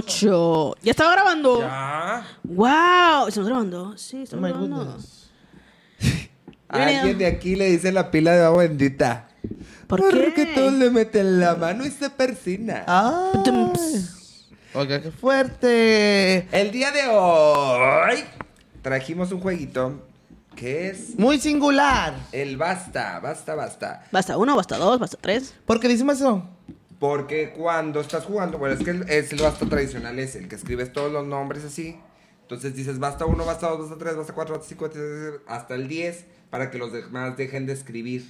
8. Ya estaba grabando. Ya. ¡Wow! ¿Estamos grabando? Sí, Oh estamos my grabando. goodness. Alguien Miren. de aquí le dice la pila de agua bendita. ¿Por Porque qué? Ah. todos le meten la mano y se persina. ¡Ay! Tumps. Oiga, qué fuerte. El día de hoy trajimos un jueguito que es Muy singular. el basta, basta, basta. Basta uno, basta dos, basta tres. ¿Por qué decimos eso? Porque cuando estás jugando, bueno, es que el- es el basta tradicional, es el que escribes todos los nombres así. Entonces dices basta uno, basta dos, basta tres, basta cuatro, basta cinco, basta seis, hasta el 10 para que los demás dejen de escribir.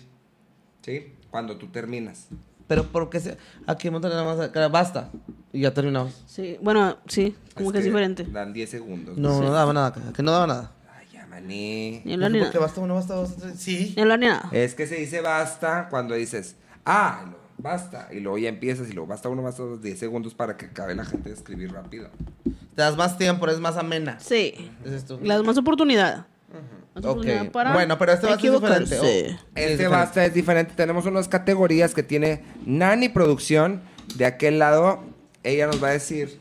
¿Sí? Cuando tú terminas. Pero porque se... aquí hemos nada más acá, basta. Y ya terminamos. Sí, bueno, sí, como Es que es diferente. Dan 10 segundos. No, no daba nada, acá, que no daba nada. Ay, ya, mané. Ni hablar ni No, porque nada. basta uno, basta dos, tres. Sí. Ni hablar ni nada. Eh. Es que se dice basta cuando dices, ah, y luego basta. Y luego ya empiezas y luego basta uno, basta dos, 10 segundos para que acabe la gente de escribir rápido. Te das más tiempo, es más amena. Sí. Ese es tú. Las más oportunidad. Más Ok. oportunidad para Bueno, pero este va a ser equivocarse. diferente, oh. Este Es diferente. basta es diferente. Tenemos unas categorías que tiene Nani Producción. De aquel lado, ella nos va a decir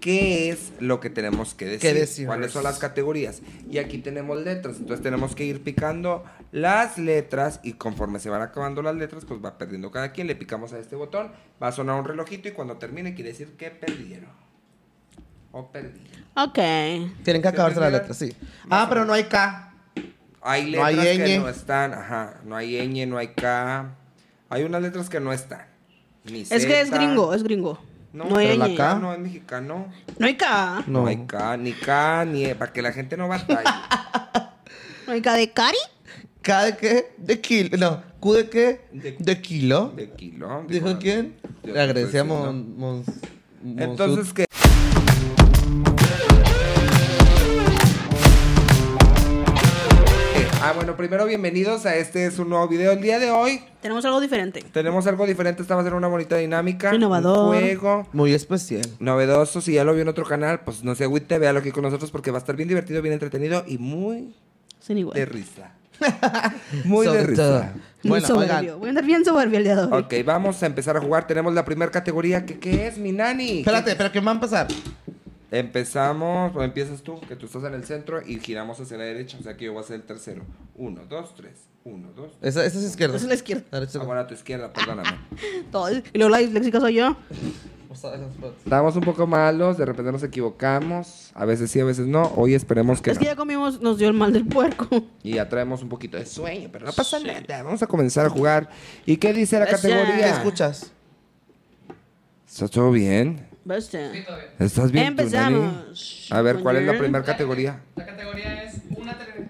qué es lo que tenemos que decir. ¿Qué decimos? ¿Cuáles son las categorías? Y aquí tenemos letras. Entonces tenemos que ir picando las letras y conforme se van acabando las letras, pues va perdiendo cada quien. Le picamos a este botón, va a sonar un relojito y cuando termine quiere decir que perdieron. O perdí. Ok. Tienen ¿Se que acabarse las letras, entendieron? sí. Ah, pero no hay K. Hay No letras hay que ñ. no están, ajá, no hay ñ, no hay k. Hay unas letras que no están. Ni Es que es Z. gringo, es gringo. No, No hay pero la ñ. K. No es mexicano. No hay K. No. No. hay K, ni K, ni E, para que la gente no batalle. No hay K de Cari. ¿K de qué? De kilo. No. ¿Q de qué? De- De, kilo. De kilo. ¿Dijo digo, quién? yo La Grecia estoy diciendo. Mon, Mon- Monsut. Entonces, ¿qué? Ah, bueno, primero bienvenidos a este es un nuevo video. El día de hoy Tenemos algo diferente. tenemos algo diferente. Esta va a ser una bonita dinámica. Innovador. Un juego. Muy especial. novedoso. Si ya lo vio en otro canal, pues no se agüite, véalo aquí con nosotros porque va a estar bien divertido, bien entretenido y muy Sin de igual. risa. muy de Sobre todo. risa. Muy Bueno, soberbio. oigan. Voy a andar bien soberbio el día de hoy. Ok, vamos a empezar a jugar. Tenemos la primera categoría. que qué es, mi nani? Espérate, espérate, ¿qué me va a pasar? Empezamos, o empiezas tú, que tú estás en el centro y giramos hacia la derecha. O sea que yo voy a ser el tercero. Uno, dos, tres. Uno, dos. Esa, esa es izquierda. Esa es la izquierda. Derecha. Ah, bueno, a tu izquierda, perdóname. Todo. Y luego la disléxica soy yo. O sea, esas partes. Estamos un poco malos, de repente nos equivocamos. A veces sí, a veces no. Hoy esperemos que es no. que ya comimos, nos dio el mal del puerco. Y ya traemos un poquito de sueño, pero no pasa nada. Vamos a comenzar a jugar. ¿Y qué dice la Gracias. categoría? ¿Qué escuchas? ¿Está todo bien? Bestia. ¿Estás bien, tú, Nani? Empezamos. A ver, ¿cuál es la Con- primera categoría? La categoría es una tele.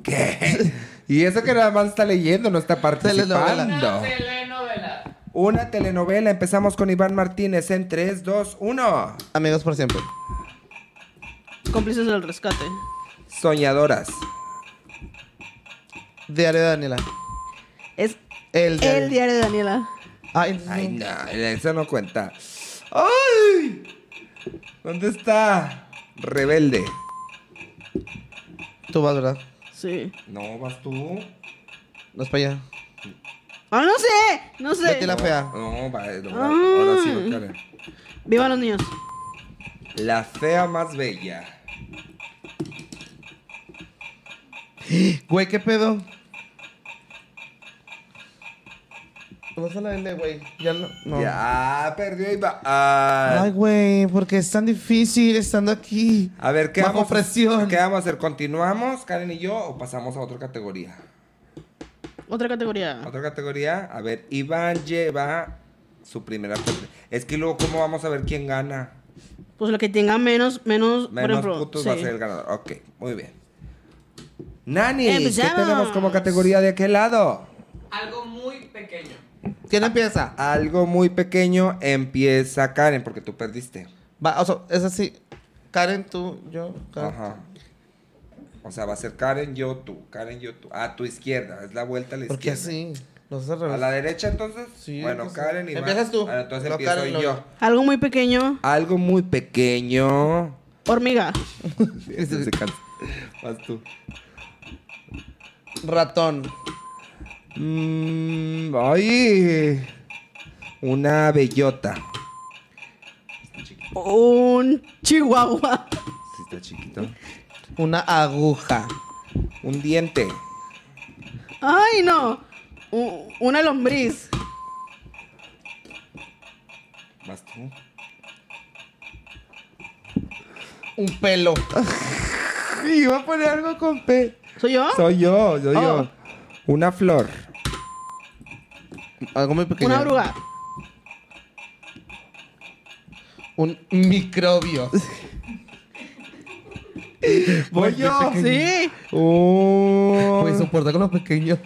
tele- ¿Qué? Y eso que nada más está leyendo, no está Una participando. telenovela. Una telenovela. Empezamos con Iván Martínez en 3, 2, 1. Amigos por siempre. Cómplices del rescate. Soñadoras. Diario de Daniela. Es El diario. el diario de Daniela. Ay, entonces Ay, no. no, eso no cuenta. ¡Ay! ¿Dónde está? Rebelde. Tú vas, ¿verdad? Sí. No, vas tú. No es para allá. ¡Ah, no sé! No sé. Betty la fea. No, va, no, va, Ah. ahora sí, Mm. no, Karen. Viva los niños. La fea más bella. Güey, ¿qué pedo? Vas a la L, güey. Ya no. no. Ya, perdió Iván. Ah. Ay, güey, porque es tan difícil estando aquí. a ver, ¿qué bajo vamos, presión. ¿qué vamos a hacer? ¿Continuamos, Karen y yo, o pasamos a otra categoría? Otra Ah. categoría. Otra categoría. A ver, Iván lleva su primera. cate- Es que luego, ¿cómo vamos a ver quién gana? Pues la que tenga menos, menos, por Menos ejemplo. puntos sí. va a ser el ganador. Ok, muy bien. Nani, Eh, pues ¿qué Empezamos. tenemos como categoría de qué lado? Algo muy pequeño. ¿Quién empieza? Algo muy pequeño empieza Karen, porque tú perdiste. Va, o sea, es así. Karen, tú, yo. Karen. Ajá. O sea, va a ser Karen, yo, tú. Karen, yo, tú. A tu izquierda. Es la vuelta a la ¿Por qué izquierda. así? Los al ¿A revés. la derecha entonces? pues. Sí, Bueno, pues, Karen y empiezas tú. Bueno, entonces No, empiezo Karen, no, yo. yo. Algo muy pequeño. Algo muy pequeño. Hormiga. Eso se cansa. Vas tú. Ratón. Mm, ay. Una bellota. Un chihuahua. Sí, está chiquito. Una aguja. Un diente. Ay, no. U- una lombriz. Vas tú. Un pelo. Iba a poner algo con P. ¿Soy Ah. yo? Soy yo, soy Oh. yo. Una flor. Algo muy pequeño. una oruga. Un microbio. Voy yo. Sí. Un- Voy a soportar Pues, con los pequeños.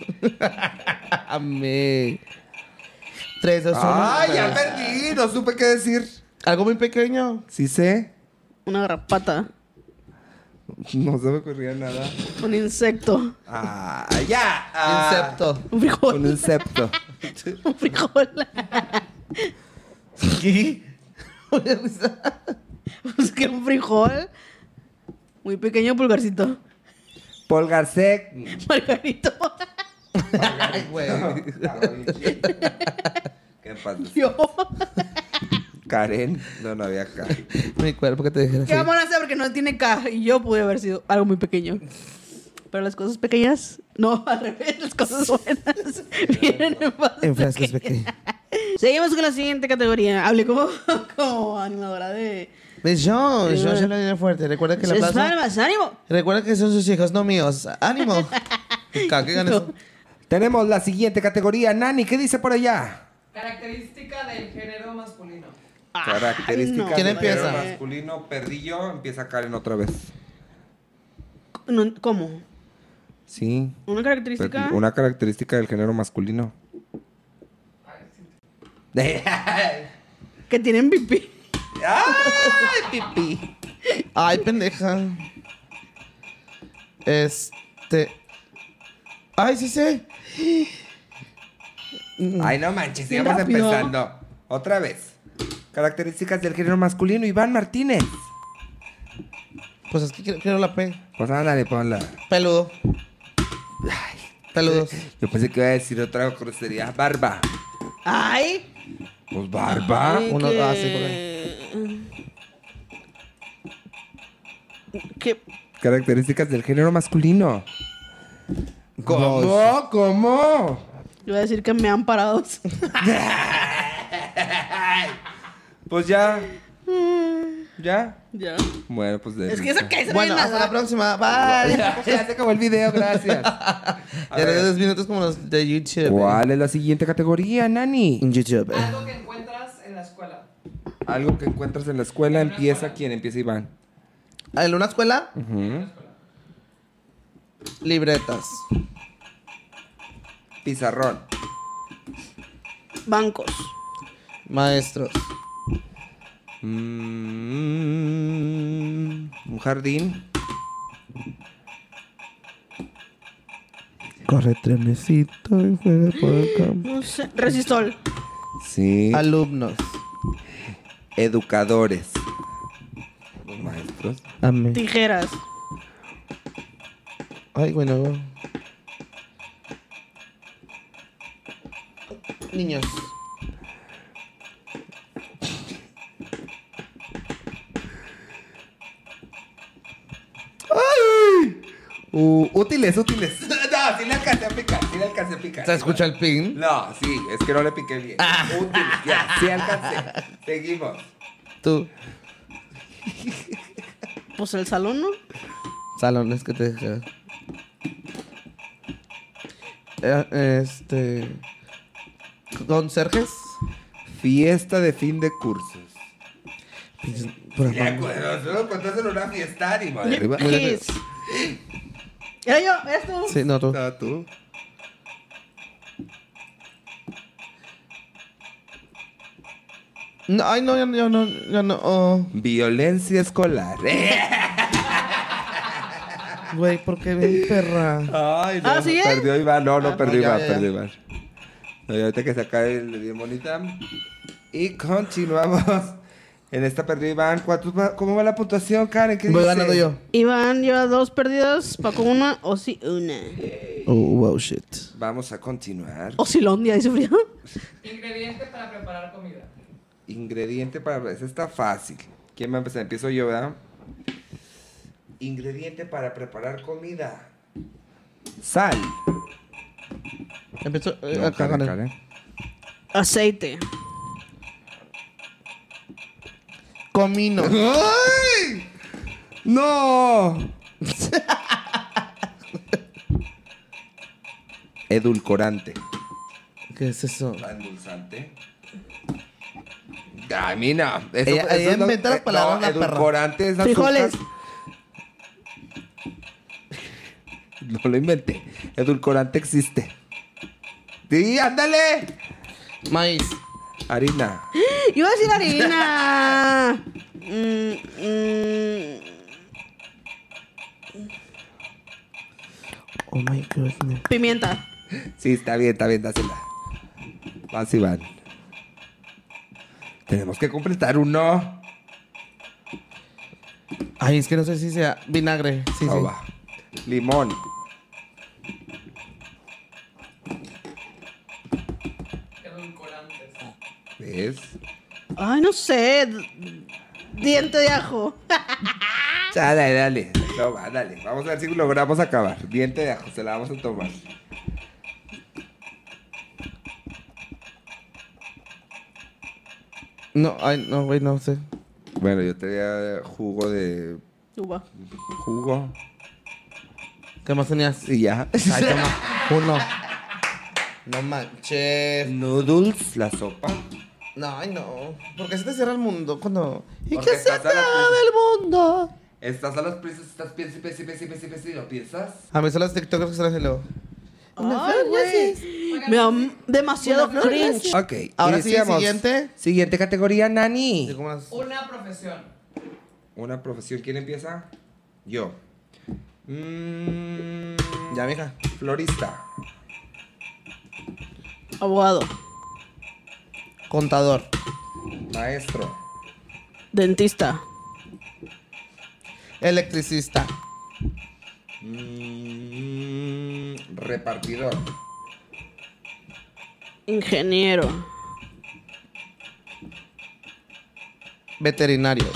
Amé. Tres, dos, uno. Ay, ya perdí. No supe qué decir. Algo muy pequeño. Sí sé. Una garrapata. No se me ocurría nada. Un insecto. Ah, ya. Ah. Incepto. Un frijol. Un insecto. Un frijol. ¿Qué? Una risa. Pues que un frijol. Muy pequeño pulgarcito. Polgarsec. Margarito. Ay, güey. ¿Qué pasa? Yo. Karen. No, no había acá. Mi cuerpo que te dejé ¿Qué así. vamos a hacer? Porque no tiene K. Y yo pude haber sido algo muy pequeño. Pero las cosas pequeñas, no, al revés, las cosas buenas vienen en paz. En frascos pequeños. Seguimos con la siguiente categoría. Hablé como, como animadora de. ¿Ves? Pues Yo, yo ya lo diré fuerte. Recuerda que la Es plaza. más ánimo. Recuerda que son sus hijos, no míos. ¡Ánimo! Ca- ¿Qué ganas? No. Tenemos la siguiente categoría. Nani, ¿qué dice por allá? Característica del género masculino. Eh. Características Ay, ¿Quién del empieza? género masculino, perdillo, empieza Karen otra vez. No, ¿Cómo? Sí. ¿Una característica? Una característica del género masculino. Que tienen pipí. Ay, pendeja. Este. Ay, sí sé. Ay, no manches, Bien sigamos rápido. empezando. Otra vez. Características del género masculino, Iván Martínez. Pues es que quiero, quiero la P. Pues ándale, ponla. Peludo. Peludos. Yo pensé que iba a decir otra grosería. Barba. Ay. Pues barba. eh, uno- que- ah, sí, Que Características del género masculino. ¿Cómo? ¿Cómo? yo voy a decir que me han parado. Pues ya. ¿Ya? ya. Bueno, pues de Mm. Es que esa que se Bueno, ve hasta la nada. próxima. Bye. Ya se acabó el video, gracias. A Ya le doy ver, 10 minutos como los de YouTube. ¿Cuál es la siguiente categoría, Nani? YouTube. Algo que encuentras en la escuela. Algo que encuentras en la escuela empieza quién? Empieza Iván. En una escuela, Ujú. libretas. Pizarrón. Bancos. Maestros. Mm, un jardín. Corre trenecito y juega por el campo. No sé. Resistol. Sí. Alumnos. Educadores. Maestros. Amén. Tijeras. Ay, bueno. Niños. Uh, útiles, útiles. No, sí le alcancé a picar, sí le alcancé a picar. ¿Se escucha el pin? No, sí, es que no le piqué bien. Útiles, ya, sí alcancé. Seguimos. Tú. Pues el salón, ¿no? Salones que te dejé. Eh, Este. Conserjes. Fiesta de fin de cursos. Pinches programas. Nosotros contaste en una fiesta, ni madre. Arriba. Muy bien. Kiss. Era yo, eras tú. Sí, no, tú. No, tú. No, ay, no, yo no, yo no, yo no. oh. Violencia escolar. Güey, ¿por qué ven, perra? Ay, no. Ah, ¿sí, eh? Perdió Iván, no, no Ah, perdió no, ya, Iván, ya, ya. perdió Iván. No, y ahorita que se acabe el bien bonita. Y continuamos. En esta perdió Iván. ¿Cuántos va- ¿Cómo va la puntuación, Karen? ¿Qué Voy dice? ganando yo. Iván lleva dos perdidas, Paco una, Osi una. Oh, wow, shit. Vamos a continuar. Osilondia, dice Frida. Ingredientes para preparar comida. Ingrediente para... Esa está fácil. ¿Quién va a empezar? Empiezo yo, ¿verdad? Ingrediente para preparar comida. Sal. Empezó. eh, No, acá, Karen, Karen. Karen. Aceite. Comino. ¡Ay! ¡No! Edulcorante. ¿Qué es eso? Endulzante. Ay, mira. Eso, Ella- ella es lo- inventa las eh, palabras, la perra. edulcorante es azúcar. Frijoles. No lo inventé. Edulcorante existe. ¡Sí, ándale! Maíz. Harina. Yo iba a decir harina. Mm, mm, Oh my goodness. pimienta. Sí, está bien, está bien, dásela. Vas, Iván. Tenemos que completar uno. Ay, es que no sé si sea vinagre. Sí, Ah, sí. va. Limón. Edulcorantes. ¿Ves? Ay, no sé. d- Diente de ajo. Ya, dale, dale. No, va, dale. Vamos a ver si logramos acabar. Diente de ajo, se la vamos a tomar. No, ay, no, güey, no sé. Bueno, yo tenía jugo de. Uva. jugo. ¿Qué más tenías? Y ya. Ay, toma. Uno. No manches. Noodles, la sopa. No, ay, no. Porque se te cierra el mundo cuando. ¿Y Porque qué se estás a la acaba el mundo? Estás a las prisas, estás piensa, piensa, piensa, piensa, piensa, y no piensas. A mí son las TikToks que se las leo. Una Ay, flor, güey. gracias. Me da m- demasiado Una flor, cringe. Ok. Ahora y sí, decíamos, siguiente. Siguiente categoría, Sí, Nani. como las- Una profesión. Una profesión, ¿quién empieza? Yo. Mm, Ya, mija. Florista. Abogado. Contador. Maestro. Dentista. Electricista. Mm, repartidor. Ingeniero. Veterinario.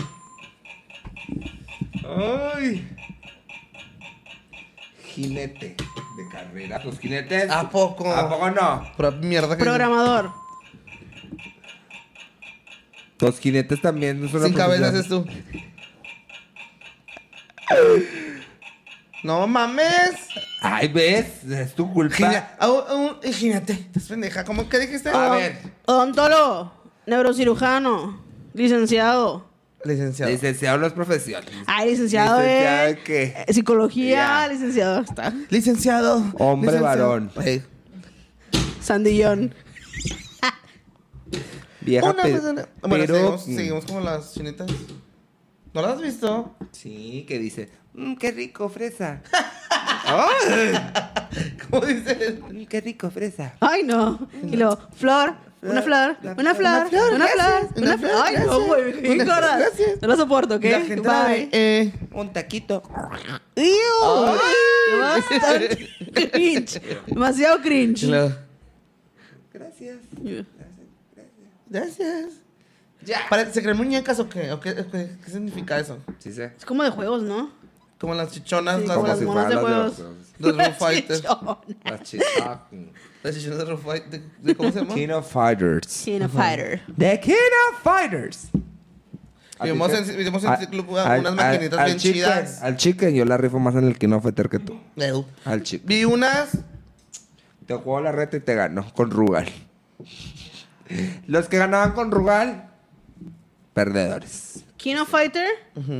Ay. Jinete de carrera. Los jinetes. ¿A poco? ¿A poco no? Pro- mierda que. Programador. Los jinetes también es una Sin cabezas es profesión. tú. No mames. Ay, ¿ves? Es tu culpa. Gina- au- au- Gínate. Estás pendeja. ¿Cómo que dijiste? A Ah, ver. Odontólogo. Neurocirujano. Licenciado. Licenciado. Licenciado no es profesión. Ah, Ay, licenciado, ¿Licenciado en qué? eh, Psicología, Ya. licenciado. Está. Licenciado. Hombre Licenciado. varón. Ey. Sandillón. Vieja Una pe- persona- Bueno, pero- mm. seguimos, seguimos como las chinitas. ¿No las has visto? Sí, que dice, Ah. "Mm, qué rico fresa. Ah. ¿Cómo dices? Mm, qué rico fresa. Ay, no. Y luego, flor, una flor, una flor, una flor, una flor. una flor, Ay, no, gracias. güey. qué Una flor, gorda. gracias. No lo soporto, La ¿qué? gente la ve, Bye. eh, Un taquito. Ew. Ay. Bastante cringe. Demasiado cringe. la- Gracias. Gracias. Ya. Para- ¿Se creen muñecas o qué? ¿O qué, o qué? ¿Qué significa eso? Sí sé. Es como de juegos, ¿no? Como las chichonas, Sí, las, como las, si- monas de juegos. otros. los Foo Fighters. Chino Las chicas. Las chichonas de Foo Fighters. ¿de- ¿Cómo se llama? King of Fighters. Fighter. The King of Fighters. Vivimos en- vivimos en club, unas maquinitas bien chicken, chidas. Al chicken, yo la rifo más en el King of Fighter que tú. Ew. Al chicken. Vi unas. Te juego la reta y te gano con Rugal. Los que ganaban con Rugal, perdedores. Kino Fighter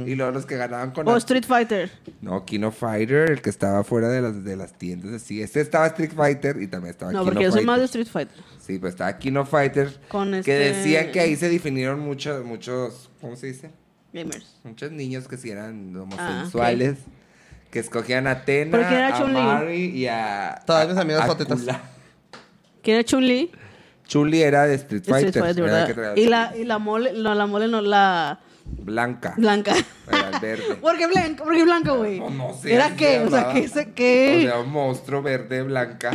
Y luego los que ganaban con o Street Fighter. No, Kino Fighter, el que estaba fuera de las, de las tiendas, así. Este estaba Street Fighter y también estaba No, Ah, Kino porque yo soy Fighter. más de Street Fighter. Sí, pues estaba Kino Fighter. Con que este- decían que ahí se definieron muchos, muchos, ¿cómo se dice? Gamers. Muchos niños que si eran Ah, homosexuales. Que escogían a Tena, Porque era a Chun-Li. Mari y a... Todas a- mis amigas a jotetas. Kula. ¿Quién era Chun-Li? Chun-Li era de Street Street Fighter. Fighter, era la que ¿verdad? traía- Y la, y la mole, no, la mole no, la Blanca. blanca. Era el verde. ¿Por qué blanca? ¿Por qué blanca, güey? No, no sé, ¿Era así qué? O sea, hablaba. ¿qué? se- O qué? sea, un monstruo verde, blanca.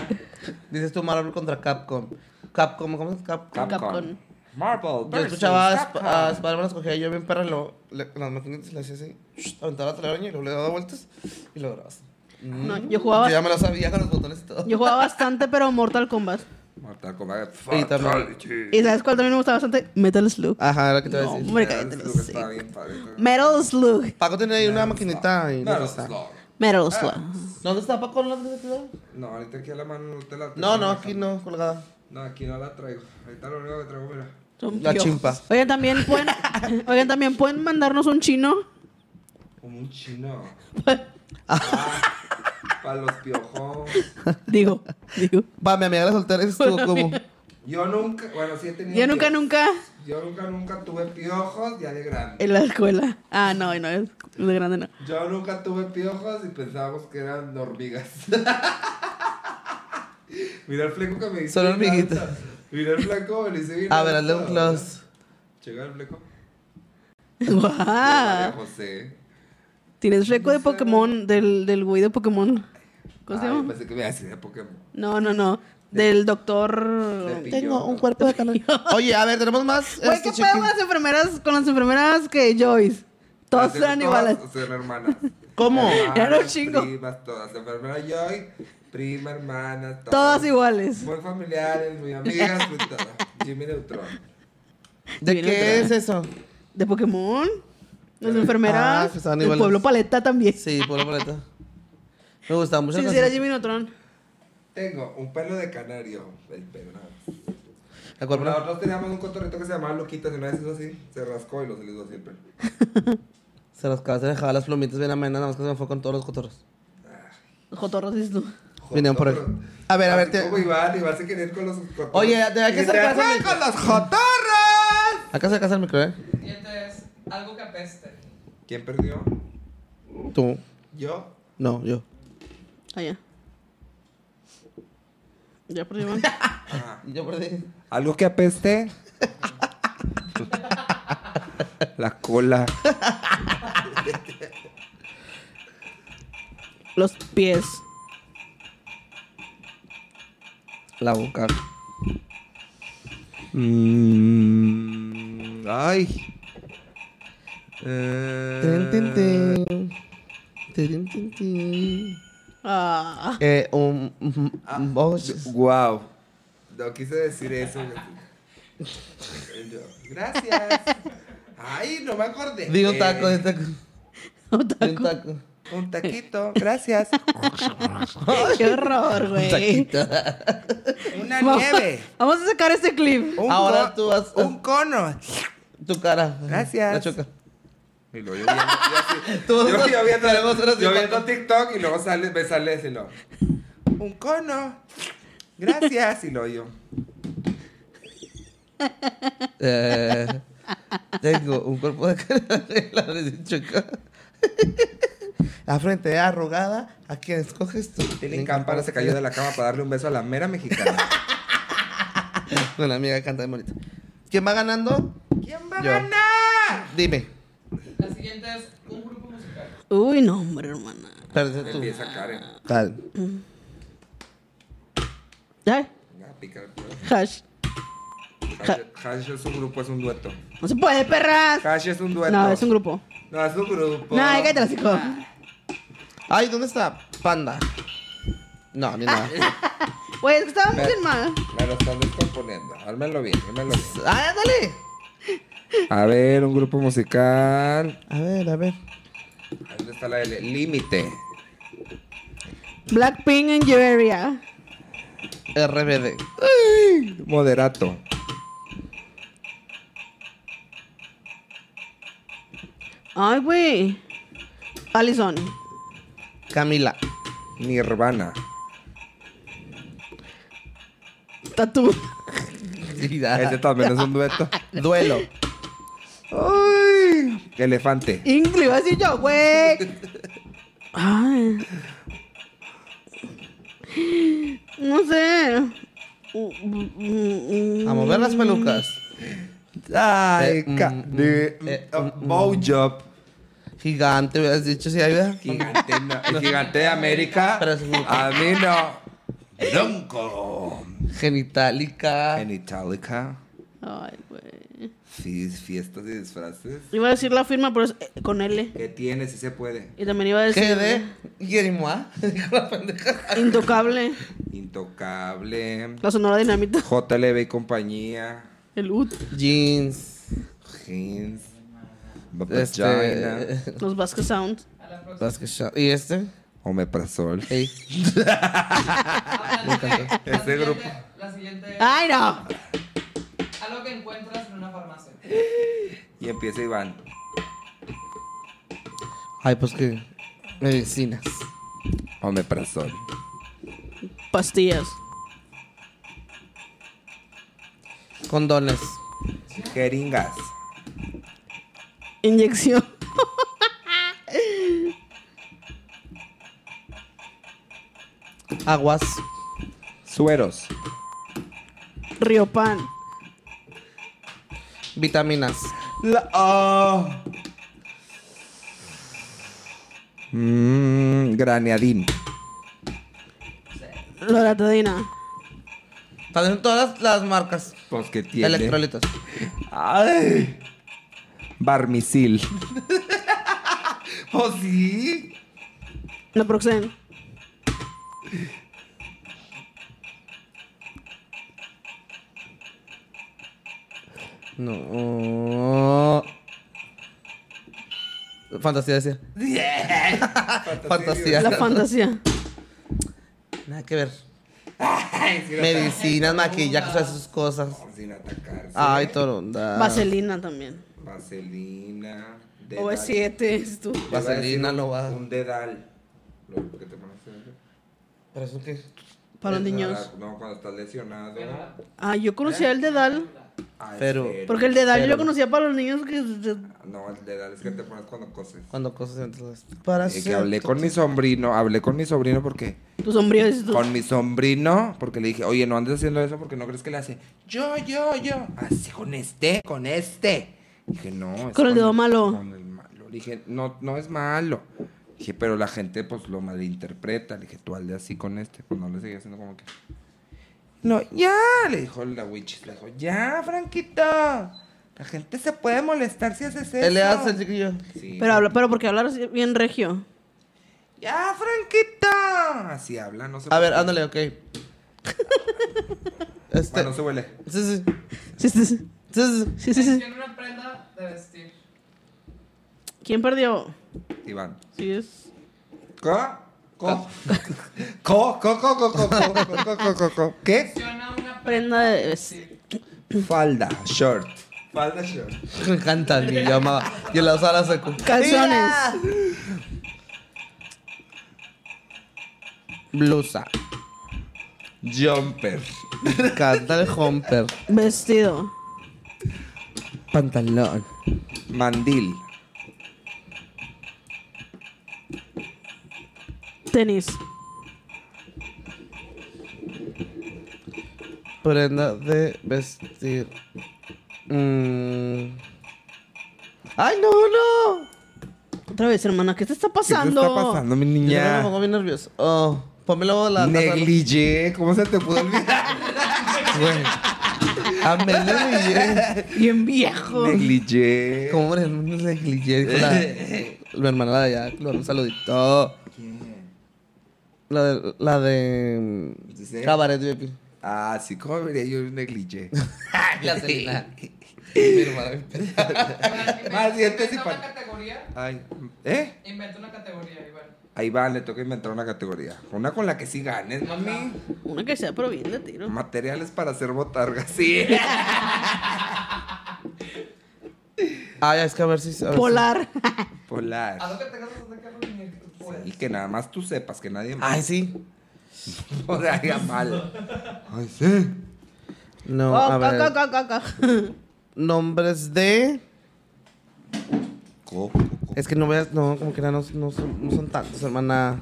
Dices tú Marvel contra Capcom. Capcom, ¿cómo es? Capcom. Capcom. Capcom. Marvel. Yo versus escuchaba a, Sp- Capcom. a Spider-Man escogía yo bien perra, y luego le, las maquinitas le hacía así, shh, aventaba la telaraña y luego le daba vueltas y lo grabas. No, yo jugaba- Yo ya me lo sabía con los botones y todo. Yo jugaba bastante, pero Mortal Kombat. Mortal Kombat. Y también- Fatality. ¿Y sabes cuál también me gustaba bastante? Metal Slug. Ah. Ajá, era lo que te iba No, a decir. hombre, cállate. Eso no sé. está bien padre. Metal Slug. Paco tiene ahí una maquinita y no Metal está. Slug. Ah. Metal Slug. ¿Dónde está Paco? ¿No la tienes aquí, no? No, ahorita aquí a la mano no te la No, no, aquí no, colgada. No, aquí no la traigo. Ahorita lo único que traigo, mira. Son La piojos. chimpa. Oigan, también pueden, oigan, también pueden mandarnos un chino. Como un chino. Para los piojos. Digo, digo. Va, mi amiga la soltera, eso estuvo como. Yo nunca, bueno, sí he tenido. Yo nunca, piojos. nunca Yo nunca, nunca tuve piojos ya de grande. en la escuela. Ah, no, no, es de grande no. Yo nunca tuve piojos y pensábamos que eran hormigas. Mira el fleco que me hice. Son bien hormiguitas. alto. Mira el fleco, me lo hice bien. A ver, hazle alto, un close. Llega el fleco. María Guau. José. Tienes reco de Pokémon, del, del güey de Pokémon. ¿Cómo se Ay, llama? Pensé que me iba a decir de Pokémon. No, no, no. Del De doctor. pi- Tengo un cuerpo de calor. Oye, a ver, tenemos más. Güey, este, ¿qué pedo chiqui- con las enfermeras, con las enfermeras que Joyce? Todas Ah, Hacen eran iguales. Todas son hermanas. ¿Cómo? Hermanas, Era un chingo. Primas, todas. Enfermera Joy, prima, hermana, todas. Todas iguales. Muy familiares, muy amigas, muy todo. Jimmy Neutron. ¿De Viene qué otra. es eso? De Pokémon. Las Ah, enfermeras. pues estaban del iguales. pueblo paleta también. Sí, por la paleta. Me gustaba mucho. Si la hiciera canción. Jimmy Neutron. Tengo un pelo de canario. El pelo, nada más. El cuerpo no. Nosotros teníamos un cotorrito que se llamaba Loquitas y una vez hizo así, se rascó y lo se le hizo así el pelo. Se las cabezas dejaba las plomitas bien amenas, nada más que se me fue con todos los cotorros. Los Jotorros dices tú. Venían por ahí. A ver, a ver, Así te- Como Iván, Iván se quería ir con los cotorros. Oye, te- hay que Y se acercarse fue con al los cotorros! Acá se casa el micro, ¿eh? Dieta es algo que apeste. ¿Quién perdió? Tú. Yo. No, yo. Allá. Ya perdí, man. Ajá. Yo perdí. ¿Algo que apeste? La cola. Los pies. La boca. Mm, ay. Tin, tin, Eh, tin. Tin, tin, tin. Ah. Eh, un. un- un- oh, shit. wow. No quise decir eso. Yo, Gracias. Ay, no me acordé. Di un taco, di Eh, un taco. Di un taco. Un taquito, gracias. Qué horror, Un güey. taquito. Una Vamos- nieve. Vamos a sacar este clip. Un Ahora co- tú vas- Un cono. Tu cara. Gracias. La choca. Y luego yo viendo, yo así- Tú vas yo, a- yo viendo, tenemos horas de yo viendo contacto. TikTok y luego sale, me sale ese no. Un cono. Gracias. Y lo yo. Eh, tengo un cuerpo de canela de choca. La frente arrogada, ¿a quién escoges tú? Tienen campana, se cayó de la cama para darle un beso a la mera mexicana. Con la amiga que canta de bonito. ¿Quién va ganando? ¿Quién va a Yo. ganar? Dime. La siguiente es un grupo musical. Uy, no, hombre, hermana. Perdiste tú. Empieza Karen. Tal. Ay, Venga, pica el cuero. hash. Hash- Hash es un grupo, es un dueto. No se puede, perras. Hash es un dueto. No, es un grupo. No, es un grupo. No, cállate los hijos. Ay, ¿dónde está? Panda. No, ni nada. Güey, es que estábamos Pero- bien mal. Me lo están descomponiendo. Ármelo bien, ármelo bien. ¡Ay, ándale! A ver, un grupo musical. A ver, a ver. Ahí ¿Dónde está la L? Límite. Blackpink en Eurasia. RBD. Moderato. Ay, güey. Allison. Camila. Nirvana. Tatu. Ese también es un dueto. Duelo. Ay, elefante. Ingrid, iba a decir yo, güey. Ay. No sé. A mover las pelucas. Ay, Eh, ca- mm, de- eh, oh, mm, mm. Bowjob. Gigante, hubieras dicho, sí, ayuda. Gigante, no, el gigante de América. Pero es un grupo. A mí no. Bronco. Genitalica. En Itálica. Ay, güey. Sí, fiestas y disfraces. Iba a decir la firma, pero es eh, con L. ¿Qué tiene? Si se puede. Y también iba a decir. ¿Qué de? ¿ah? Yerimoa. Dijo la pendeja. Intocable. Intocable. La sonora dinamita. JLB y compañía. El UT. Jeans. Jeans. Pues Vagina. Este. Los Vasquez Sound. A la próxima. Basket shop. ¿Y este? Omeprazol. Ey. Hablando de- la Ese siguiente- grupo. La siguiente es ¡Ay, no! algo que encuentras en una farmacia. Y empieza Iván. Ay, pues que. Medicinas. Omeprazol. Pastillas. Condones. Jeringas. Inyección. Aguas. Sueros. Riopan. Vitaminas. La ah. Mm, graneadín. Loratadina. Están en todas las marcas. Pues que tiene. Electrolitos. Ay. Barmisil. Oh, sí. Naproxen. No. Fantasía decía. Fantasía. La fantasía. Nada que ver. Ay, sin atacar. Medicinas, maquillaje, todas esas cosas. Sin atacarse. Ay, Ah. toronda. Vaselina también. Vaselina. dedal. OV7. es tú. Te iba a decir Vaselina un- lo va- Un dedal. Lo que te pones en el- ¿Pero eso qué? Para los Dedal, niños. No, cuando estás lesionado. Ah, yo conocía el dedal. Ah, Pero- espera. Porque el dedal yo Pero- lo conocía para los niños que. de- No, el dedal es que te pones cuando coses. Cuando cosas entre las- Para Eh, que hablé con mi sobrino, hablé con mi sobrino porque Tu sombrío dices tú. con mi sobrino, porque le dije, oye, no andes haciendo eso porque no crees que le hace yo, yo, yo, así con este, con este. Dije, no, es Con el dedo malo. Con el malo. Le dije, no, no es malo. Dije, pero la gente pues lo malinterpreta. Le dije, tú hazle así con este. Pues no le seguía haciendo como que. No, ya, le dijo la witch. Le dijo, ya, Franquito. La gente se puede molestar si haces eso. Él le hace el chiquillo. Sí. Pero, habla, pero porque hablar así bien regio. Ya, Franquita. Así habla, no se A ver, puede. ándale, ok. Este. Bueno, se huele. Sí, sí. Sí, sí, sí. Sí, sí. Sí, sí, sí. Tiene una prenda de vestir. ¿Quién perdió? Iván. Sí, es. Co, co. Co, co, co, co, co, co, co, co, co, co, co. ¿Qué? Funciona una Prenda de vestir. Falda, short. Falda, short. Me encanta el idioma. Y en la sala seco. Calzones. Blusa. Jumper. Me encanta el jumper. Vestido. Pantalón. Mandil. Tenis. Prenda de vestir. Mm. ¡Ay, no, no! Otra vez, hermana, ¿qué te está ¿Qué te pasando? está pasando, mi Ya. niña? me pongo bien nervioso. Oh, pónmelo la Negligé. ¿Cómo se te pudo olvidar? Güey. Amén, negligé. Bien viejo. Negligé. Como hombre, no me negligé. Dijo la, la hermana la de allá. que le mandó Un saludito. ¿Quién? La de. La de. Sí. Cabaret VIP. Ah, sí, ¿cómo diría yo negligé? La Selena. Mi hermana. Más bien, inventa te una sepan. categoría. Ay, ¿eh? Inventa una categoría, igual. Ahí va, le toca inventar una categoría. Una con la que sí ganes, mami. Una que sea, pero bien de tiro. Materiales para hacer botargas. Sí. Ah, ya, es que a ver si. a ver si- Polar. Polar. Algo que tengas que sacar con el que Y puedes. que nada más tú sepas que nadie más Ay, sí. o sea, haga mal. Ay, sí. No, Oh, a ca, ver. ca, ca, ca, ca. Nombres de. Co- co- co- Es que no veas. No, como que no, no, no son, no son tantos, hermana.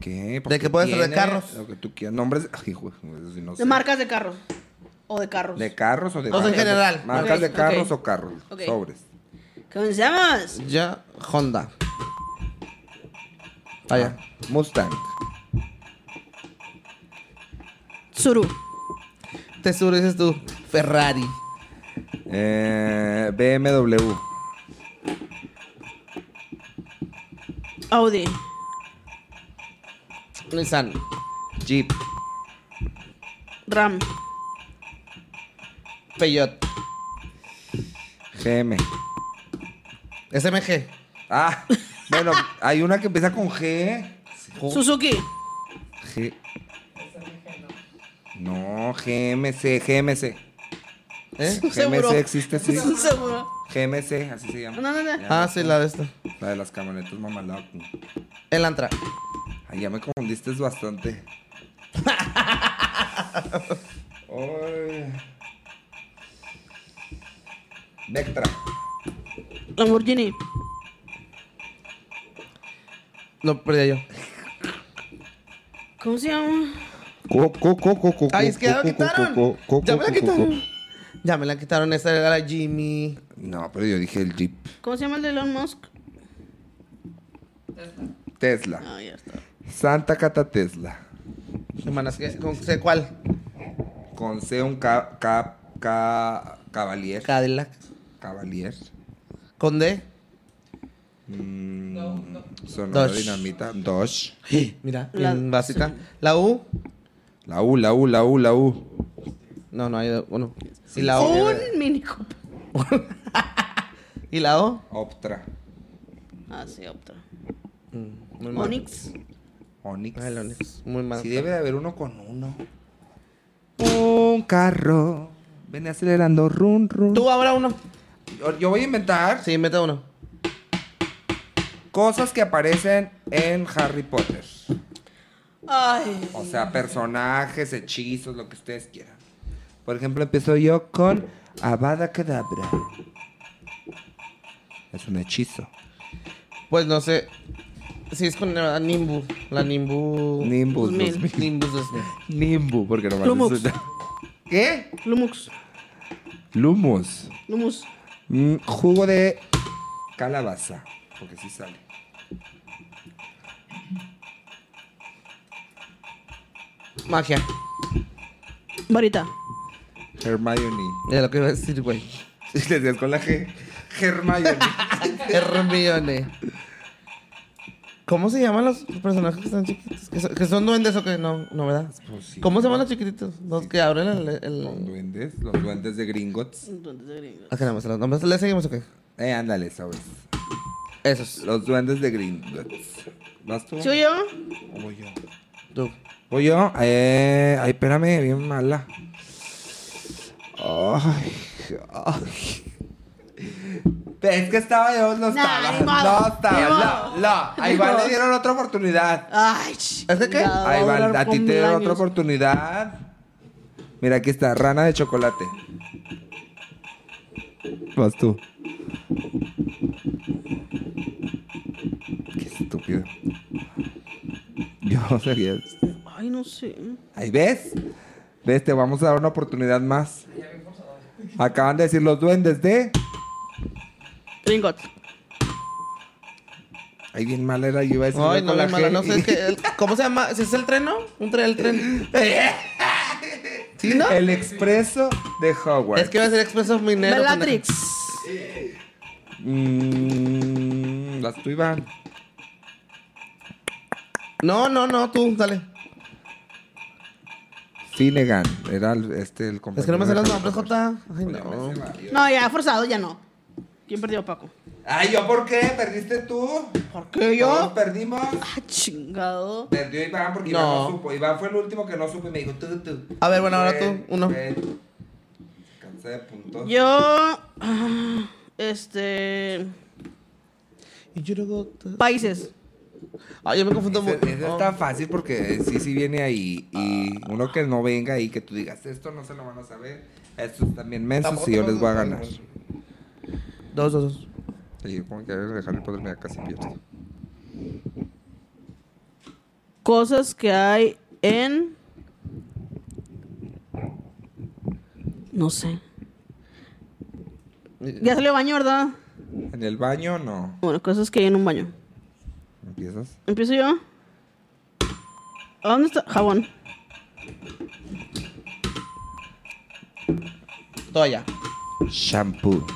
¿Qué? ¿De qué puede ser? ¿De Tienes carros? Lo que tú quieras. Nombres. Ay, güey, eso sí no sé. De marcas de carros. O de carros. ¿De carros o de O sea, en marcas de- general. Marcas Ok, de carros ok. o carros. Ok. Sobres. Comenzamos. Ya, Honda. Allá. Ah, Mustang. Tsuru. Tesoro dices tú. Ferrari. Eh, BMW. Audi. Nissan. Jeep. Ram. Peugeot. GM. SMG. Ah, bueno, hay una que empieza con G. Jo- Suzuki. G. Esa es mi género. No, GMC, GMC. ¿Eh? Seguro. GMC existe, sí. Seguro. GMC, así se llama. No, no, no. Ah, sí, la de esta. La de las camionetas mamalaco. El Antra. Ay, ya me confundiste bastante. Ay. Vectra. Lamborghini. Lo perdí yo. ¿Cómo se llama? Co, co, co, co, co, Ay, es que ya me co, co, quitaron. co, co, co, Ya me la co, co, co. quitaron. Ya me la quitaron. Esta era la Jimmy. No, pero yo dije el Jeep. ¿Cómo se llama el de Elon Musk? Tesla. Tesla. Ah, ya está. Santa Cata Tesla. Semanas que. ¿Con sé cuál? Con C un ca, ca, ca- Cavalier. Cadillac. Cavalier. Con D. Mm, No, no. Sonora Dodge. Dinamita. Dodge. Mira, La- bien básica. La U. La U, la U, la U, la U. No, no hay uno. Y la O. Un Mini Cooper. Y la O. Optra. Ah, sí, Optra. Mm, Muy mal. Onix. Onix. Ah, el Onix. Muy mal. Sí debe de haber uno con uno. Un carro. Viene acelerando run run. Tú ahora uno. Yo- Yo voy a inventar Sí, mete uno. cosas que aparecen en Harry Potter. Ay. O sea, personajes, hechizos, lo que ustedes quieran. Por ejemplo, empiezo yo con Avada Kedavra. Es un hechizo. Pues no sé. Si es con la Nimbu. La Nimbu. Nimbus. Mil. 2000. Nimbus 2000. Nimbu, porque no Lumux. ¿Qué? Lumux. Lumos. Lumus. Mm, jugo de calabaza. Porque sí sale. Magia. Varita. Hermione. Mira lo que iba a decir, güey. Y le decías con la G. Hermione. Hermione. ¿Cómo se llaman los personajes que están chiquitos? ¿Que son, que son duendes o que no? No, ¿verdad? Pues sí, ¿Cómo se llaman ¿no? los chiquititos? Los que abren el... Los el... duendes, los duendes de Gringotts. Entonces, de gringo. Acá nada más, los nombres. ¿Le seguimos o qué? Eh, ándale, sabes. Esos. Los duendes de Gringotts. ¿Vas tú? ¿Sí o yo? ¿O voy yo? Tú. Voy yo. Eh, ay, espérame, bien mala. Ay, ay. Es que estaba yo, no Nah, estaba. ni modo, no ni estaba. modo. No, no. Ni Ahí igual modo. le dieron otra oportunidad. Ay, ¿Es que qué? Ahí va, a ti te dieron otra oportunidad. Mira, aquí está, rana de chocolate. Vas tú. Qué estúpido. Yo no sabía. Ay, no sé. Ahí ves. Ves, te vamos a dar una oportunidad más. Acaban de decir los duendes de. Gringot. Ay, bien mala era yo iba a decir. Ay, no, la mala, no sé. es que el- ¿Cómo se llama? ¿Si es el tren, no? Un tren, el tren. ¿Sí, no? El expreso de Howard. Es que iba a ser Expreso Minero. Bellatrix. Mm, las tú, Iván. pendejo. No, no, no, tú, dale. Finnegan, era el- este el compañero. Es que no me sé de los Harry nombres, Jota. Ay, Potter. no. No, ya, forzado, ya no. ¿Quién perdió, Paco? Ay, ¿yo por qué? ¿Perdiste tú? ¿Por qué Todos yo? perdimos. Ah, chingado. Perdió Iván porque Iván No. no supo. Iván fue el último que no supo y me dijo tú, tú. A ver, bueno, ahora Ven, tú, uno. ven. Cansé de puntos. Yo. ah, Este. Y yo luego- Países. Ay, yo me confundo Ese- mucho. ese está fácil porque sí, sí viene ahí. Y Ah. uno que no venga ahí, que tú digas, esto no se lo van a saber. Estos también mensos Tampoco y yo te les voy a confundo. ganar. Dos, dos, dos. Y yo como que dejar el poder, mira, casi pierdo. Cosas que hay en. No sé. Ya salió baño, ¿verdad? En el baño, no. Bueno, cosas que hay en un baño. ¿Empiezas? Empiezo yo. ¿A dónde está? Jabón. Toalla. Shampoo.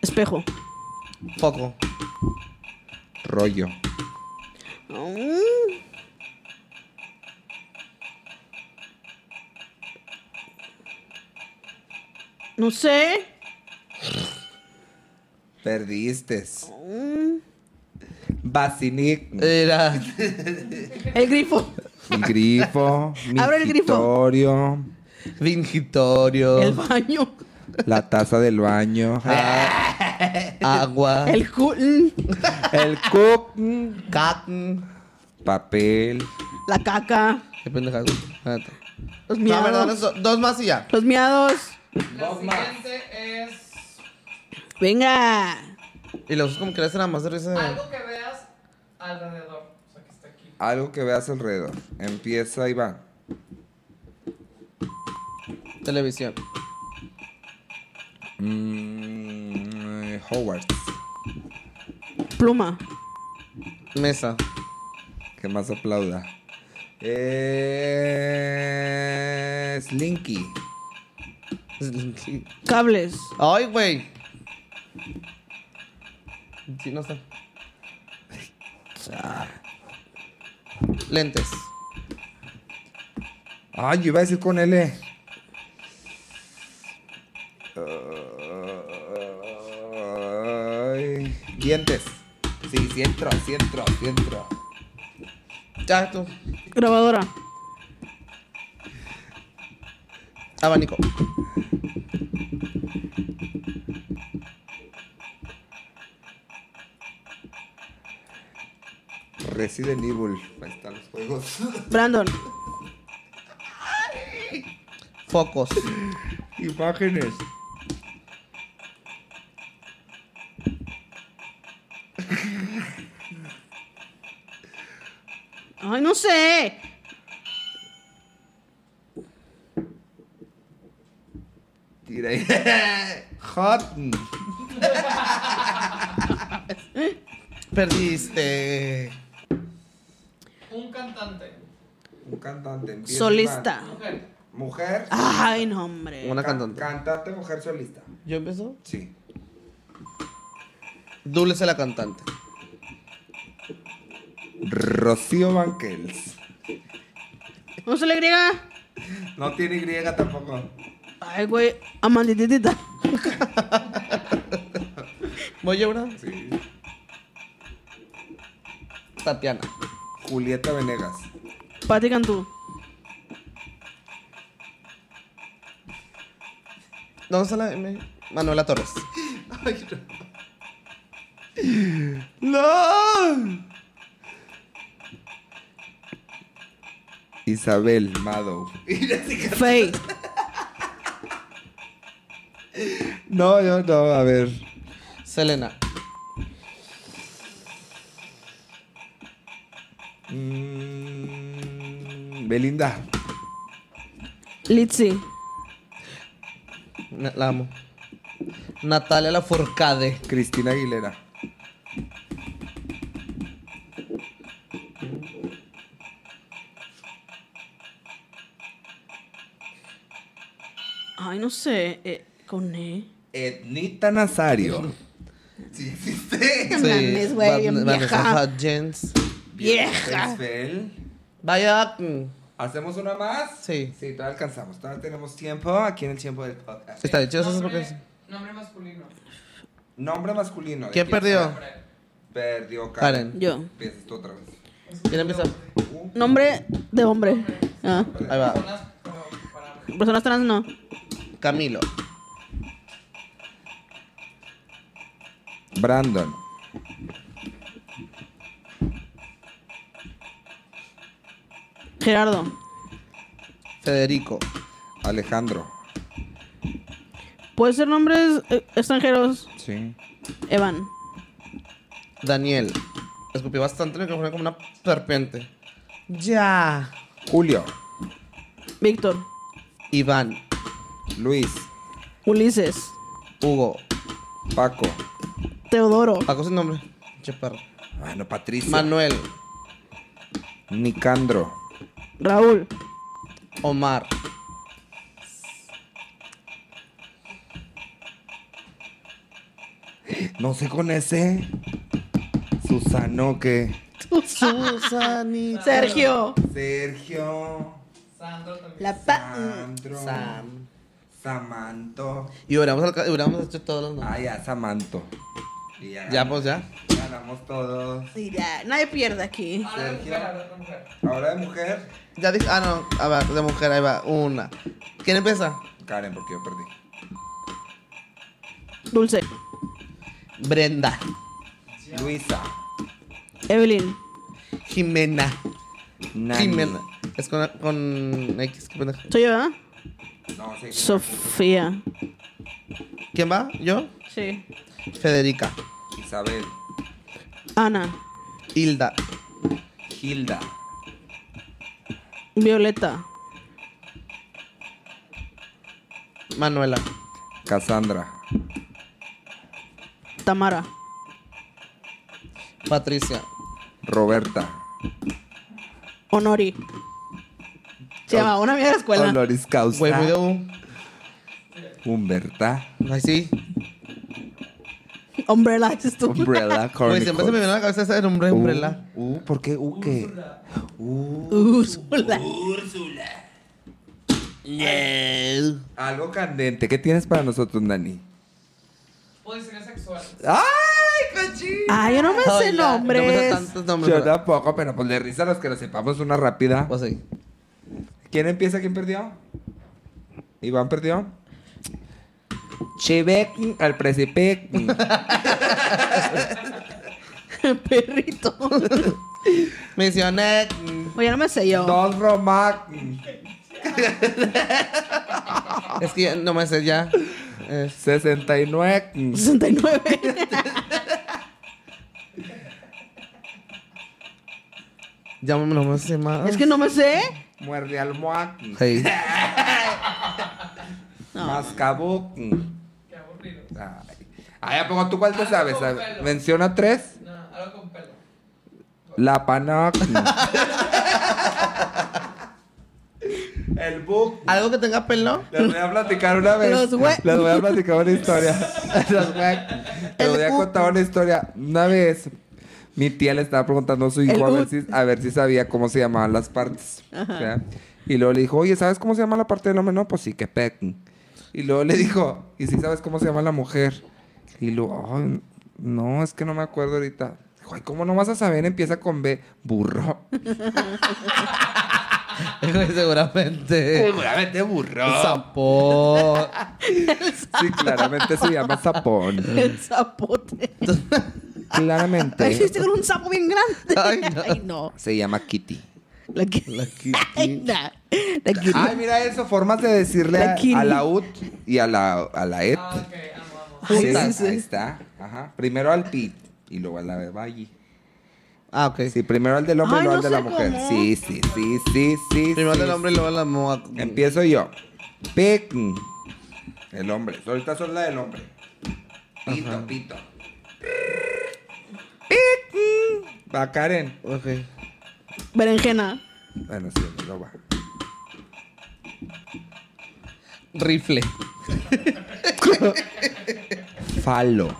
Espejo. Foco. Rollo. Mm. No sé. Perdiste. Basinic. Era. El grifo. Grifo. Abre el grifo. mingitorio, Vingitorio. El baño. La taza del baño. a- Ah, agua. El cul. El cup. cac. Papel. La caca. Qué pendeja. Ah, t- Los No, miados. verdad, eso- dos más y ya. Los miados. La Dos más. siguiente es Venga. Y los como que le hacen a más de risa. algo que veas alrededor. O sea, que está aquí. Algo que veas alrededor. Empieza Iván. Televisión. Mm, Howard. Pluma. Mesa. Que más aplauda. Eh, Slinky. Cables. Ay, güey. Sí, no está. Lentes. Ay, Ah, yo iba a decir con L. Eh, Ay, dientes. Sí, centro, centro, centro. Ya tú. Grabadora. Abanico. Resident Evil. Ahí están los juegos. Brandon. Focos. Imágenes. Ay, no sé. Tira ahí. Hot. Perdiste. Un cantante. Un cantante. empieza, Solista. Ah. Iván. Mujer. Mujer. Ay, no, hombre. Una Can- cantante. Cantante, mujer solista. ¿Yo empiezo? Sí. Dulce la cantante. Rocío Banquels. ¿No se le agrega? No tiene Y tampoco. Ay, güey. Amandititita. ¿Voy yo, verdad? Sí. Tatiana. Julieta Venegas. Pati Cantú. ¿Dónde está la M? Manuela Torres. ¡No! Isabel Madow. Faye. No, yo no, a ver. Selena. Mm, Belinda. Litzy. Na- La amo. Natalia Laforcade. Cristina Aguilera. Ay, no sé. Eh, con E. Ednita Nazario. Sí, existe. No mames, güey, Va- bien Vanessa vieja. Hudgens. Vieja. Felsfeld. Vaya. mm, ¿Hacemos una más? Sí. Sí, todavía alcanzamos. Todavía tenemos tiempo aquí en el tiempo del podcast. Está bien, chicos, Ah, eso es nombre, porque- nombre masculino. Nombre masculino. ¿de ¿Quién perdió? Nombre. Perdió Karen. Karen. Yo. Empiezas tú otra vez. ¿Quién empieza? Uh, Nombre de hombre. Ah. Ahí va. Personas pero para Personas trans no. Camilo. Brandon. Gerardo. Federico. Alejandro. Puede ser nombres eh, extranjeros. Sí. Evan. Daniel. Escupí bastante el micrófono como una serpiente. Ya. Julio. Víctor. Iván. Luis. Ulises. Hugo. Paco. Teodoro. Paco sin nombre. Che perro. Bueno, Patricio. Manuel. Nicandro. Raúl. Omar. No sé con ese. Susano que. Susani. Sergio. Sergio. Sandro también. La pa. Mm. Sandro. Sam. Samanto. Y oramos, al, ca- oramos hecho todos los nombres. Ah, ya, Samanto. Y ya, Ya, pues ya. Ganamos todos. Sí, ya, nadie pierde aquí. Ahora Sergio. mujer, ahora mujer. Ahora de mujer. Ya dije. Ah, no. A ver, de mujer, ahí va. Una. ¿Quién empieza? Karen, porque yo perdí. Dulce. Brenda. Luisa. Evelyn. Jimena. Nani. Jimena. Es con, con X, qué pendejo. Soy yo, ¿verdad? No, sí. Sofía. ¿Quién va? ¿Yo? Sí. Federica. Isabel. Ana. Hilda. Hilda. Violeta. Manuela. Cassandra. Tamara. Patricia. Roberta. Honori. Se llama una mía de la escuela. Honoris causa. Güey, muy de un. Humberta. Ay, sí. Umbrella, dices tú. Umbrella. Güey, siempre se me viene a la cabeza esa de hombre, umbrella. Uh, uh, ¿Por qué? ¿U qué? Uh. Úrsula. Uh. Algo candente. ¿Qué tienes para nosotros, Nani? Puede ser sexual. ¡Ay, cachín! Ah, yo no me sé Ay, ya, No me sé nombres. tantos nombres. Yo pero- tampoco, pero pues de risa a los que lo sepamos una rápida. Pues sí. ¿Quién empieza? ¿Quién perdió? ¿Iván perdió? Chivek al precipic. Perrito. Misionet. Oye, no me sé yo. Don Romac. Es que ya no me sé ya. Eh, 69. 69. ya no me sé más. Es que no me sé. Muerde al Moac. Sí. No. Mascabuc. Qué aburrido. Ay. Ay, ¿a poco tú cuál te sabes? Ah, A ver, Menciona tres. No, algo con pelo. La Panac. El Buc. Algo que tenga pelo. Les voy a platicar una vez. Los hue- Les voy a platicar una historia. Los hue- Les voy a contar una historia. Una vez, mi tía le estaba preguntando a su hijo El a ver, ut. si, a ver si sabía cómo se llamaban las partes. ¿verdad? Y luego le dijo, oye, ¿sabes cómo se llama la parte del hombre? No, pues sí, que pec. Y luego le dijo, ¿y si sabes cómo se llama la mujer? Y luego, "Ay, no, es que no me acuerdo ahorita. Dijo, ay, ¿cómo no vas a saber? Empieza con B, burro. Güey, Seguramente. Seguramente burro. Sapo. Sí, claramente se llama sapón. El zapote. Ay, Claramente. Hiciste con un sapo bien grande. Ay, no. Ay, no. Se llama Kitty. La que. La Ay, Kitty. nah. La que. Ay, mira eso, formas de decirle La a, Kitty. a la UT y a la, a la ET. Ah, ok, amo, amo. sí, Sí, sí, sí. Ahí está. Ajá. Primero al PIT y luego a la de Valle. Ah, ok. Sí, primero al del hombre Ay, y luego al no de la sé mujer. cómo. Sí, sí, sí, sí, sí. Primero sí, el hombre y luego la moa. sí. Empiezo yo. Pic. El hombre. Ahorita son la del hombre. Pito, pito. Pic. Va Karen. Ok. Berenjena. Bueno, sí, no va. Rifle. Falo.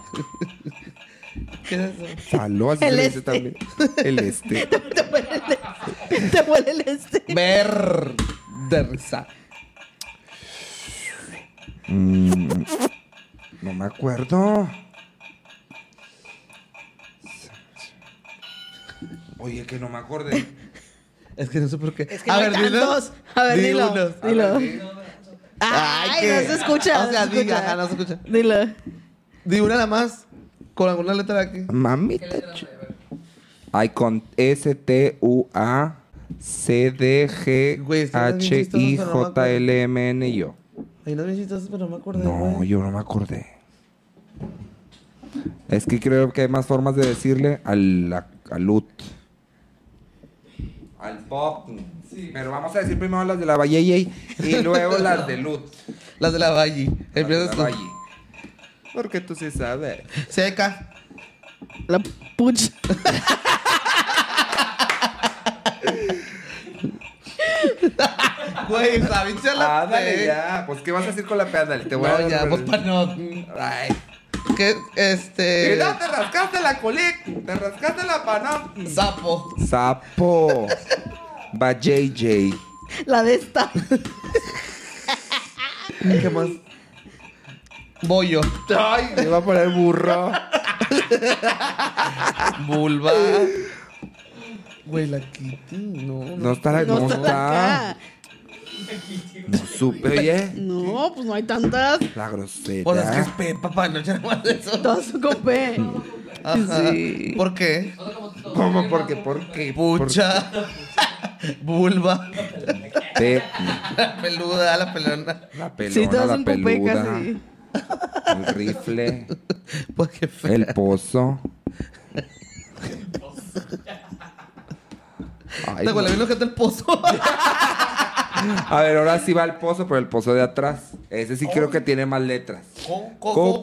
¿Qué es eso? Falo, así El se le este. dice también. El este. Te huele el este. Te huele el este. Ver. De risa. Mm, no me acuerdo. Oye, que no me acordé. Es que no sé por qué. Es que no hay tantos. A ver, Di dilo. unos. A Dilo. ver, di. Ay, Ay, no qué- se escucha. O sea, no se diga, escucha. ajá, no se escucha. Dilo. Di una nada más. Con alguna letra de aquí. ¿Qué Mamita. letra de ver? Ay, con S, T, U, A, C, D, Güey, G, estoy haciendo H, I, chistoso, pero no me acuerdo. J, L, M, N y yo. Hay unas bien chistosas, pero no me acuerdo. No, güey. yo no me acordé. Es que creo que hay más formas de decirle al, la- al ut. Al pop. Sí. Pero vamos a decir primero las de la Valle y y luego las de lut. Las de la Valle. Las de la Empiezas tú. Valle. Porque tú sí sabes. Seca. La pucha. Güey, David se la Ah, Ándale ya. Pues, ¿qué vas a decir con la pedal? Te voy a No, dar- ya, pues para no. Ay. que este. Mira, te rascaste la colic, te rascaste la panam. Sapo. Sapo. Va JJ. La de esta. ¿Qué más? Bollo. Ay, me iba a poner burro. Vulva. Güey, la Kitty. No, No está la No no está está. acá. No supe, oye. No, pues no hay tantas. La grosera. Pues es que es Pepa para no echar más de eso. Todas son con P. Ajá. Sí. ¿Por qué? ¿Cómo? ¿Por qué? ¿Por qué? ¿Por Pucha. Vulva. qué? La peluda, la pelona. La pelona, Sí, todas la son con P peluda. casi. El rifle. Pues qué fea. El pozo. Ay, Te huele bien lo que está el pozo. A ver, ahora sí va el pozo, pero el pozo de atrás. Ese sí creo que tiene más letras. Co- co-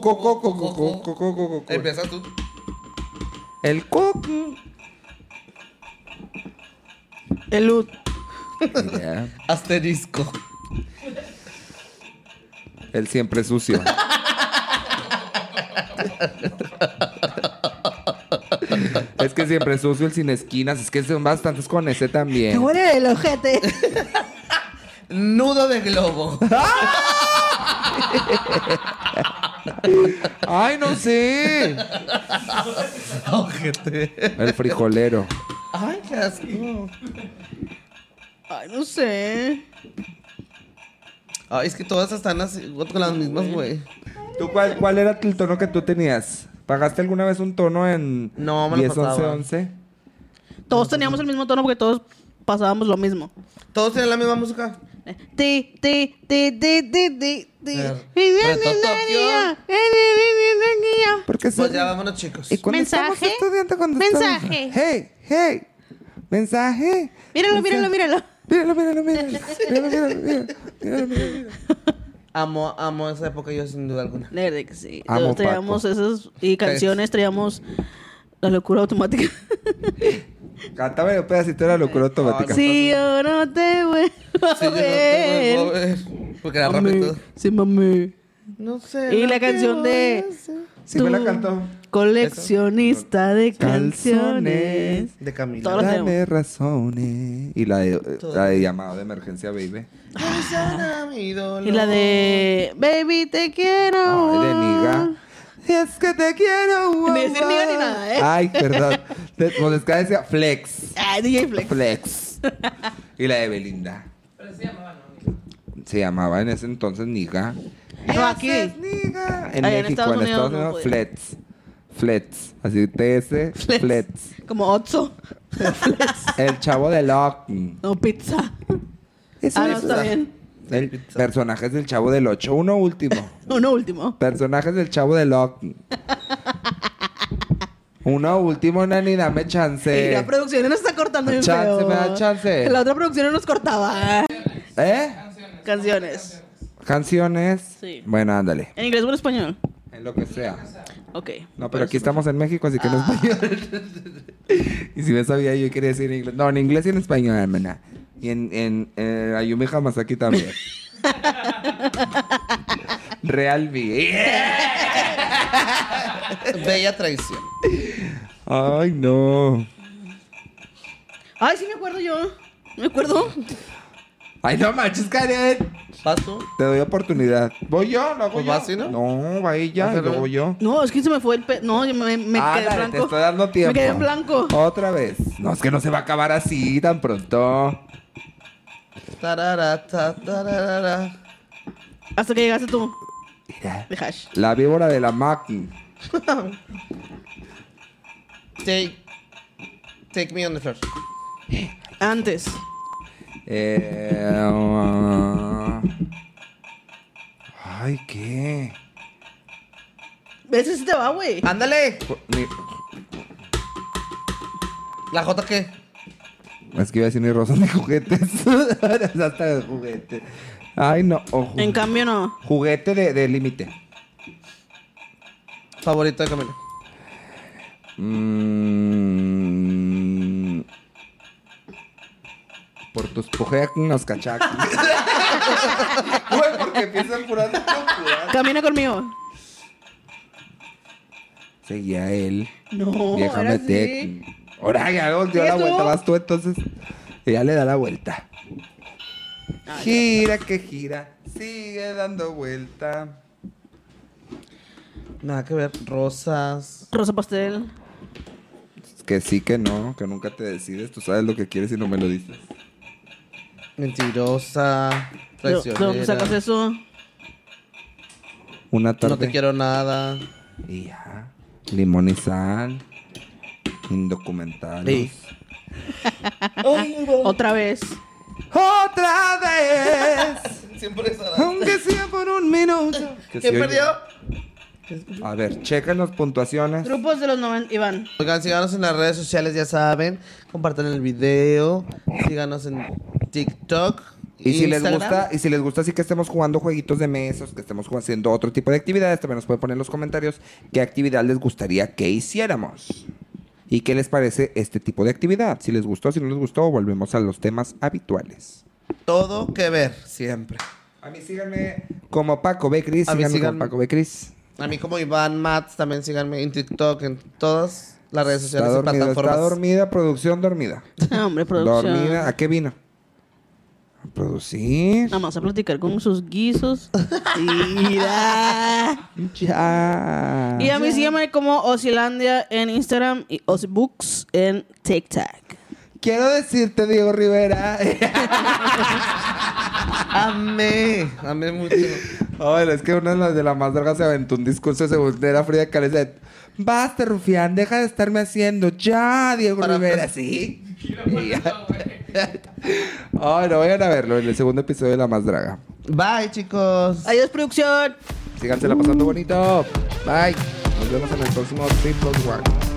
Co, co, co, co- co, co, co- co, co- co, co, co. Empieza tú. El coco. El Ut. Eh. Ya. Asterisco. El siempre sucio. es que siempre sucio, el sin esquinas. Es que son bastantes con ese Te también. huele el ojete. Nudo de globo. ¡Ay, no sé! Ojete. El frijolero. Ay, qué asco. Ay, no sé. Ay, es que todas están así, con las mismas, güey. ¿Tú cuál, cuál era el tono que tú tenías? ¿Pagaste alguna vez un tono en No, me lo 10, 11, pasaba. 11? Todos teníamos el mismo tono porque todos pasábamos lo mismo. Todos tienen la misma música. Ti, ti, ti, ti, ti, ti, ti. Pero- pero Eh, Totopio. Porque Pues ya vámonos, chicos. ¿Y cuando estamos ¿Mensaje? estudiando, cuando estamos- Mensaje. Hey, hey. Mensaje. Míralo, míralo, míralo. Míralo, míralo, míralo. Míralo, míralo, míralo. Míralo, míralo. Amo, amo esa época yo sin duda alguna. La verdad que sí. Amo, Todos traíamos esas y canciones, traíamos la locura automática. Cántame un pedacito de la locura automática. Si yo no te vuelvo a Sí, yo no te vuelvo ver. a ver. Porque era Mami, rápido. Sí, mami. No sé. Y lo la que canción voy a de- hacer. Sí me la Tú, cantó. Coleccionista de canciones. De Camila. Todas las Dame tenemos. razones. Y la de, Todo. la de llamado de emergencia, baby. Ay, sana mi dolor. Y la de Baby, te quiero. Ay, de niga. ah. Es que te quiero. Ni decir guau, niga ni guau. nada, ¿eh? Ay, perdón. De- Pues es que decía flex. Ah, DJ Flex. Flex. Y la de Belinda. Pero se llamaba, ¿no? Se llamaba en ese entonces Niga. No, aquí. Haces Niga. En Ay, en México, Estados en Estados Unidos no Unidos, podía. Flets. Flets. Así TS, Flex. Flets. Como Otso. El chavo de Lock. No, pizza. Eso Ah, no, es- está bien. El personaje es del chavo del 8. Uno último. Uno último. Personajes del chavo del Lock. Uno último, Nani, dame Y chance. la producción no nos está cortando bien Chance, feo. me da chance. La otra producción no nos cortaba. ¿Eh? Canciones. Canciones. Canciones. Sí. Bueno, ándale. ¿En inglés o en español? En lo que sea. Ah. Ok. No, pero aquí estamos en México, así que en español. y si me sabía, yo quería decir en inglés. No, en inglés y en español, hermana. Y en, en eh, Ayumi Hamasaki también. Real B. Bella traición. Ay, no. Ay, sí me acuerdo yo. ¿Me acuerdo? Ay, no manches, Karen. Paso. Te doy oportunidad. ¿Voy yo? ¿Lo hago Pues yo? vas, ¿sí, no? No, va ella, Vas, y ¿no? luego yo. No, es que se me fue el pe... No, yo me, me Ah, quedé dale, blanco. te estoy dando tiempo. Me quedé en blanco. Otra vez. No, es que no se va a acabar así tan pronto. Tarara, ta, tarara. Hasta que llegaste tú. Mira. De hash. La víbora de la Mac. Take. Take me on the floor. Antes. Eh, uh, ay, ¿qué? ¿Ves? Ese te va, güey. ¡Ándale! Por- ni- ¿La J qué? Es que iba a decir ni rosas ni juguetes. Es Hasta de juguete. Ay, no. o ju- En cambio, no. juguete de, de límite. Favorito de Camila. Mm. por tus pujeacnos, cachacos. Güey, porque empiezan curando Camina conmigo. Seguía él. No, Vieja Oh, ahora mete. sí. Ahora ya no, dio ¿Sigues la tú? vuelta, vas tú entonces. Y ya le da la vuelta. Ah, Gira que gira, sigue dando vuelta. Nada que ver. Rosas. Rosa pastel. Que sí, que no, que nunca te decides. Tú sabes lo que quieres y no me lo dices. Mentirosa. ¿De de dónde pues, sacas Traicionera. eso? Una tarde. No te quiero nada. Y ya. Limón y sal. Indocumentados. Sí. Otra vez. Otra vez. Siempre esa. aunque sea por un minuto. Que ¿Quién sí, oye. perdió? A ver, chequen las puntuaciones. Grupos de los 90. Iván. Oigan, síganos en las redes sociales, ya saben. Compartan el video. Síganos en TikTok. Y si les Instagram. gusta, y si les gusta así que estemos jugando jueguitos de mesas, que estemos ju- haciendo otro tipo de actividades, también nos pueden poner en los comentarios qué actividad les gustaría que hiciéramos. ¿Y qué les parece este tipo de actividad? Si les gustó, si no les gustó, volvemos a los temas habituales. Todo que ver, siempre. A mí síganme como Paco B. Cris, A mí síganme, síganme. como Paco B. Cris. A mí como Iván Mats, también síganme en TikTok, en todas las redes Está sociales y dormida, plataformas. está dormida, producción dormida. Ah, Hombre, producción. Dormida, ¿a qué vino? A producir. Nada más a platicar con sus guisos. Mira. Ya. Y a mí síganme como Osilandia en Instagram y Osbooks en TikTok. Quiero decirte, Diego Rivera. Amé, amé mucho. Ay, es que una de las de la más largas se aventó un discurso según era Frida Kahlo. dice, Basta, Rufián, deja de estarme haciendo. Ya, Diego Para- Rivera, sí. Y lo pones todo, güey. Ay, no vayan a verlo en el segundo episodio de La Más Draga. Bye, chicos. Adiós, producción. Síganse la pasando bonito. Bye. Nos vemos en el próximo Triple One.